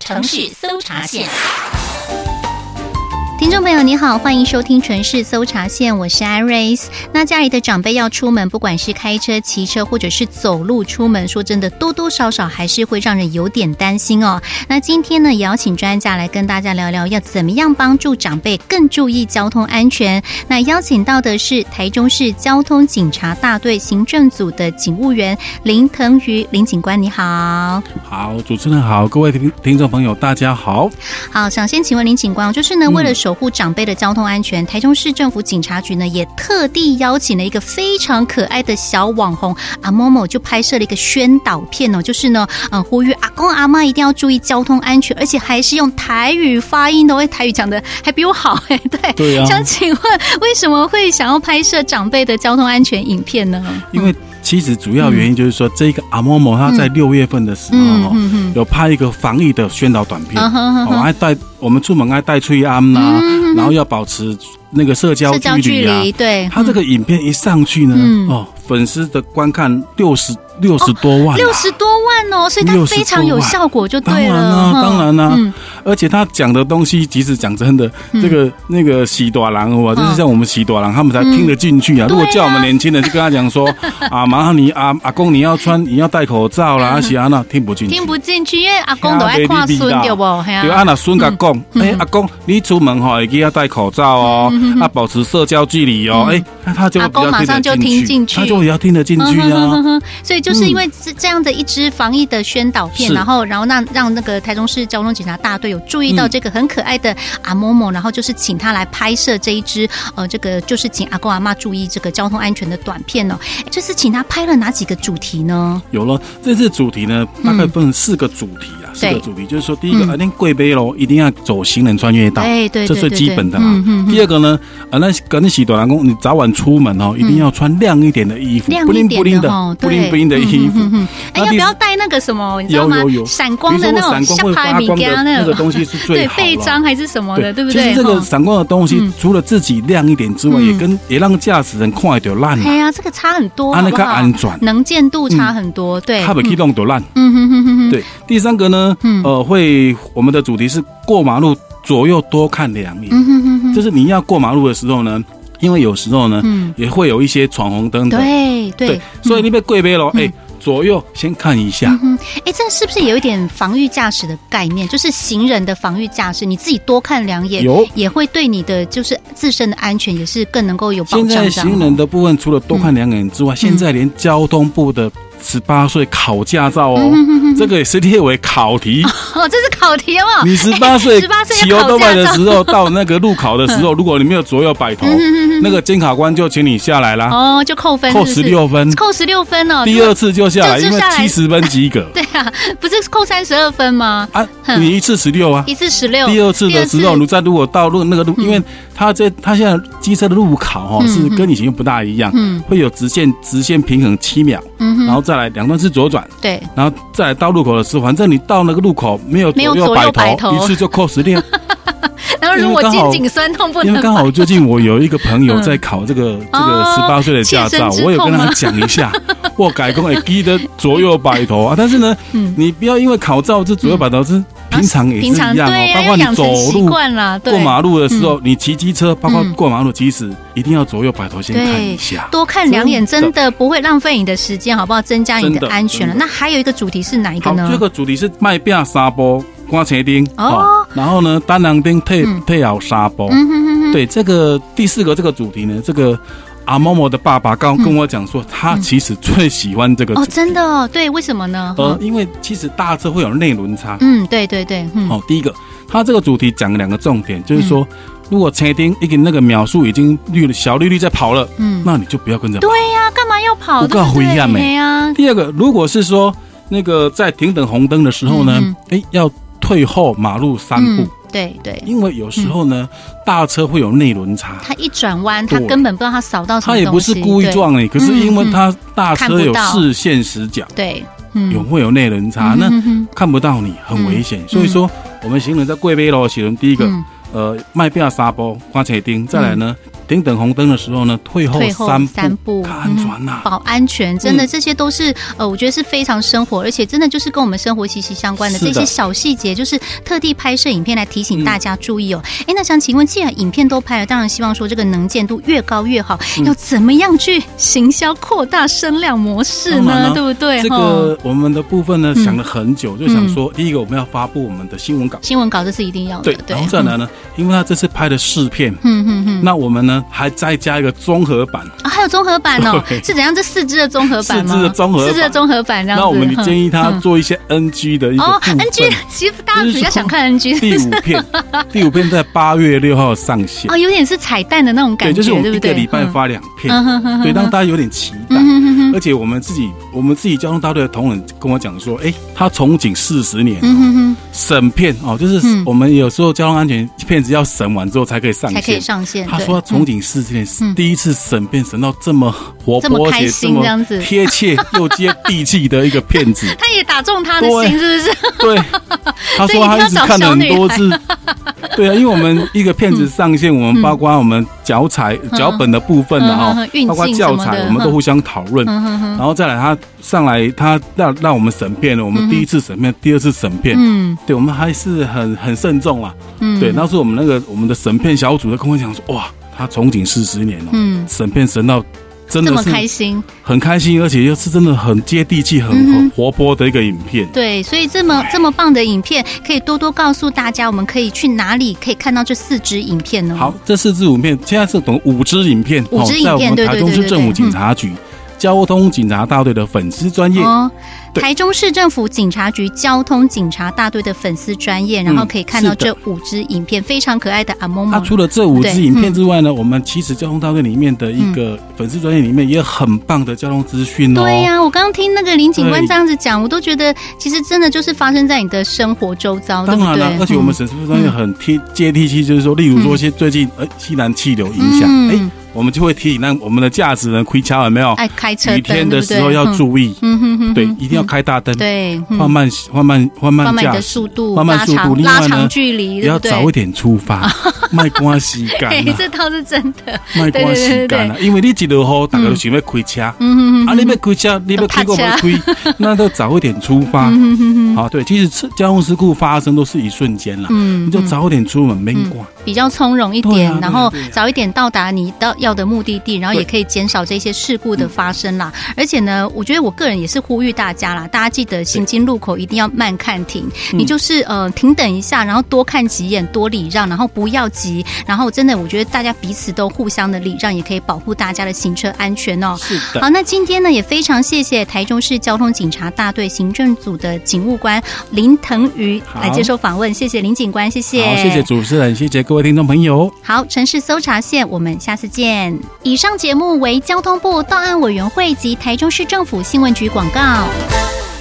城市搜查线。听众朋友，你好，欢迎收听《城市搜查线》，我是 Iris。那家里的长辈要出门，不管是开车、骑车，或者是走路出门，说真的，多多少少还是会让人有点担心哦。那今天呢，也要请专家来跟大家聊聊，要怎么样帮助长辈更注意交通安全。那邀请到的是台中市交通警察大队行政组的警务员林腾瑜林警官，你好。好，主持人好，各位听听众朋友，大家好。好，想先请问林警官，就是呢，嗯为了守护长辈的交通安全，台中市政府警察局呢也特地邀请了一个非常可爱的小网红阿某某，就拍摄了一个宣导片哦，就是呢，嗯，呼吁阿公阿妈一定要注意交通安全，而且还是用台语发音的哦，哎台语讲的还比我好哎，对。对呀、想请问，为什么会想要拍摄长辈的交通安全影片呢？因为其实主要原因就是说，这个阿嬷嬷她在六月份的时候、嗯哦嗯嗯有拍一个防疫的宣导短片，嗯哼哼嗯哦，爱带我们出门爱带翠安呐、然后要保持那个社交社交距距离啊。离，对，他这个影片一上去呢，嗯哦，粉丝的观看六十六十多万、啊，六十多万哦，所以它60非常有多万效果，就当对然了。啦、哼当然啦、啊嗯而且他讲的东西，即使讲真的，这个那个喜多郎哇，就是像我们喜多郎，他们才听得进去嗯啊。如果叫对啊我们年轻人去跟他讲说啊，麻烦你啊，阿公你要穿，你要戴口罩啦，喜安娜听不进去听。不进去，因为阿公都爱看孙对啊不？嘿对啊，啊，那孙甲讲，哎，阿公，你出门吼，也记要戴口罩哦，啊，保持社交距离哦，哎，那他就阿公比较马上就得听进去他就比较听得进去啊。 所以就是因为这这样的一支防疫的宣导片，是然后然后让让那个台中市交通警察大队有注意到嗯这个很可爱的阿嬷嬷，然后就是请他来拍摄这一支呃这个就是请阿公阿妈注意这个交通安全的短片哦。这次请他拍了哪几个主题呢？有了，这次主题呢，大概分成四个主题啊，四个嗯对主题就是说，第一个，嗯啊，恁贵妃喽，一定要走行人穿越道，哎，对，这对最基本的嗯嘛嗯。嗯，第二个呢，啊，那跟你洗短郎工，你早晚出门哦，一定要穿亮一点的衣服，亮不一灵不灵点的哦，，不对灵不灵的衣服嗯。嗯嗯嗯哎，那要第不要带那个什么？你知道有吗有？有闪比光如的说那闪种光会发光的那个东西是啊最对好了背章还是什么的，对不其对？实这个哈闪光的东西嗯，除了自己亮一点之外，嗯也跟也让驾驶人看得到烂啊，哎呀，这个差很多，啊好那不个好？安全，能见度差很多，对。他不去弄到烂。嗯哼哼哼哼，对，第三个呢，呃，会我们的主题是过马路左右多看两眼，嗯哼哼哼，就是你要过马路的时候呢，因为有时候呢嗯，也会有一些闯红灯的，对对。所以你被贵妃喽，嗯哎，左右先看一下嗯，哼，哎，这是不是有一点防御驾驶的概念？就是行人的防御驾驶，你自己多看两眼，有。也会对你的就是自身的安全也是更能够有保现障。在行人的，的部分，除了多看两眼之嗯外，现在连交通部的十八岁考驾照嗯哦，这个也是列为考题。 哦，这是考题哦。你十八岁18岁骑要欧考多驾麦的照嗯时候，到那个路考的时候，如果你没有左右摆头，那个监考官就请你下来啦，哦，就扣分是扣不是，十六分，扣十六分哦。第二次就下来，这因次为下来七十分及 格对啊，不是扣三十二分吗？啊，哼你一次 十六啊。一次十六，第二次的时第二候，次你再如果到路那个路，因为他这他现在机车的路考哈嗯是跟以前不大一样，嗯会有直线直线平衡七秒，嗯然哼，后再来两段是左转，对，然后再来到路口的时候，反正你到那个路口没有没有左右左右摆摆头头，一次就扣十六。然后如果肩颈酸痛不因为能刚好最近我有一个朋友嗯在考这个这个哦十八岁的驾切照身之，我有痛跟吗他讲一 下，我改工也记得左右摆头啊。但是呢，你不要因为考照这左右摆头是平常也是嗯平常一样哦对，包呀，括要你养走成习路惯啦，对过，马路的时候，你骑机车，包括嗯过马路，其实一定要左右摆头先看一下。多看两眼真真的的不会浪费你的时间，好不好？增加你真的的安全了。真那还有一个主题是哪一个好，呢这？个主题是卖饼沙波挂前丁哦哦，然后呢单人丁退退后沙波。嗯哼哼哼，对，这个第四个这个主题呢，这个阿嬷嬷的爸爸刚跟我讲说，他其实最喜欢这个主哦，题。真的哦，对，为什么呢？呃，因为其实大车会有内轮差。嗯，对对对，嗯，哦，第一个，他这个主题讲了两个重点，就是说，如果车丁已经那个秒数已经绿了小绿绿在跑了，嗯那你就不要跟着跑。对呀，干嘛要跑？有对够不灰对？暗的哎呀，第二个，如果是说那个在停等红灯的时候呢嗯，哎、要退后马路三步，嗯，对对，因为有时候呢，大车会有内轮差。他一转弯，他对根本不知道他扫啊到什么他也不东西是故意对嗯撞你，可是因为他大看不车有到视线死角，对，嗯有会有内轮差，嗯那哼哼看不到你很危险。所以说，我们行人在贵碑楼行人，第一个嗯呃，卖变沙包、刮彩钉，再来呢，等等红灯的时候呢，退后退后三步，三步嗯看安全呐、保安全，真的嗯这些都是呃，我觉得是非常生活，而且真的就是跟我们生活息息相关的是这的嗯些小细节，就是特地拍摄影片来提醒大家注意哦。哎，那想请问，既然影片都拍了，当然希望说这个能见度越高越好，嗯要怎么样去行销扩大声量模式当然呢？了对不对？这吼个我们的部分呢，嗯想了很久，就想说，第一个我们要发布我们的新闻稿，新闻稿这是一定要的，对，然后再来呢，因为他这次拍的试片，嗯嗯嗯那我们呢还再加一个综合版，啊，还有综合版哦， 对是怎样？这四支的综合版吗？哦四支的综合版四支的综合版这样子。那我们哼建议他嗯做一些 NG 的一个哦部分。 ，NG，其实大家比较想看 NG 第五 片，第五片在八月六号上线哦，，有点是彩蛋的那种感对，觉，就是我们不一对？个礼拜发两片嗯哼哼哼，对，让大家有点期待。嗯，嗯哼哼而且我们自己，我们自己交通大队的同仁跟我讲说，哎，他从警四十年，嗯哼哼审片哦，就是嗯我们有时候交通安全片子要审完之后才可以上哼，才可以线。上线。他对嗯说他从警四十年第一次审片审到这么活这么泼，而开且这心么这样子贴切又接地气的一个 片子。他也打中他的心，是不是？ 对，啊他说他一直看了很多次。 对啊，因为我们一个片嗯子上线，我们包括我们脚踩脚本的部分嗯嗯啊嗯运，镜包括教什么材，的我们都互相讨论。嗯哼哼，然后再来，他上来，他让让我们审片了。我们第一次审片，第二次审片，嗯对我们还是很很慎重啦。嗯，对，那时候我们那个我们的审片小组就跟我讲说，哇，他憧憬四十年哦，嗯。审片审到 真这的么是开心，很开心，而且又是真的很接地气、很嗯哼很活泼的一个影片。对，所以这么这么棒的影片，可以多多告诉大家，我们可以去哪里可以看到这四支影片呢？好，，这四支影片现在是等于五支影片，嗯五支影片在对对我们台中对市对政府对嗯警察局交通警察大队的粉丝专业。哦，对台中市政府警察局交通警察大队的粉丝专业，然后可以看到嗯是的哦这五支影片，非常可爱的阿萌它萌。除了这五对支影片之外呢，我们其实交通大队里面的一个粉丝专业里面也有很棒的交通资讯哦。嗯对呀、我刚刚听那个林警官对这样子讲，我都觉得其实真的就是发生在你的生活周遭，对当不然对了，？而且我们嗯审视专业很贴接地气，就是说，例如说，现最近呃西南气流影响，嗯哎，我们就会提醒那我们的驾驶人开车有没有？爱开车灯哦雨天的时候要，注对意，不对嗯哼哼，对，一定要开大灯，对，嗯慢慢缓慢缓放慢慢你驾的驶速，度，慢慢速度拉长另外拉呢长距离，也对啊要不对？早一点啊出发，卖瓜洗 干对，啦，这倒是真的。卖瓜洗对对对干啦对，啊因为你一落雨，大家都想要开车。嗯哼哼啊，你要开车，你要开过要开，那都早一点出发。嗯好，对，其实车交通事故发生都是一瞬间啦，嗯你就早点出门，没挂。比较从容一对点，啊对啊然后对啊早一点到达你到要的目的地，然后对嗯也可以减少这些事故的发生啦。而且呢，我觉得我个人也是呼吁大家啦，大家记得行经路口一定要慢看停，嗯你就是呃停等一下，然后多看几眼，多礼让，然后不要急，然后真的我觉得大家彼此都互相的礼让，也可以保护大家的行车安全哦。是的。好，那今天呢也非常谢谢台中市交通警察大队行政组的警务官林腾宇好来接受访问，谢谢林警官，谢谢，好，谢谢主持人，谢谢各位听众朋友。好，城市搜查线，我们下次见。以上节目为交通部档案委员会及台中市政府新闻局广告。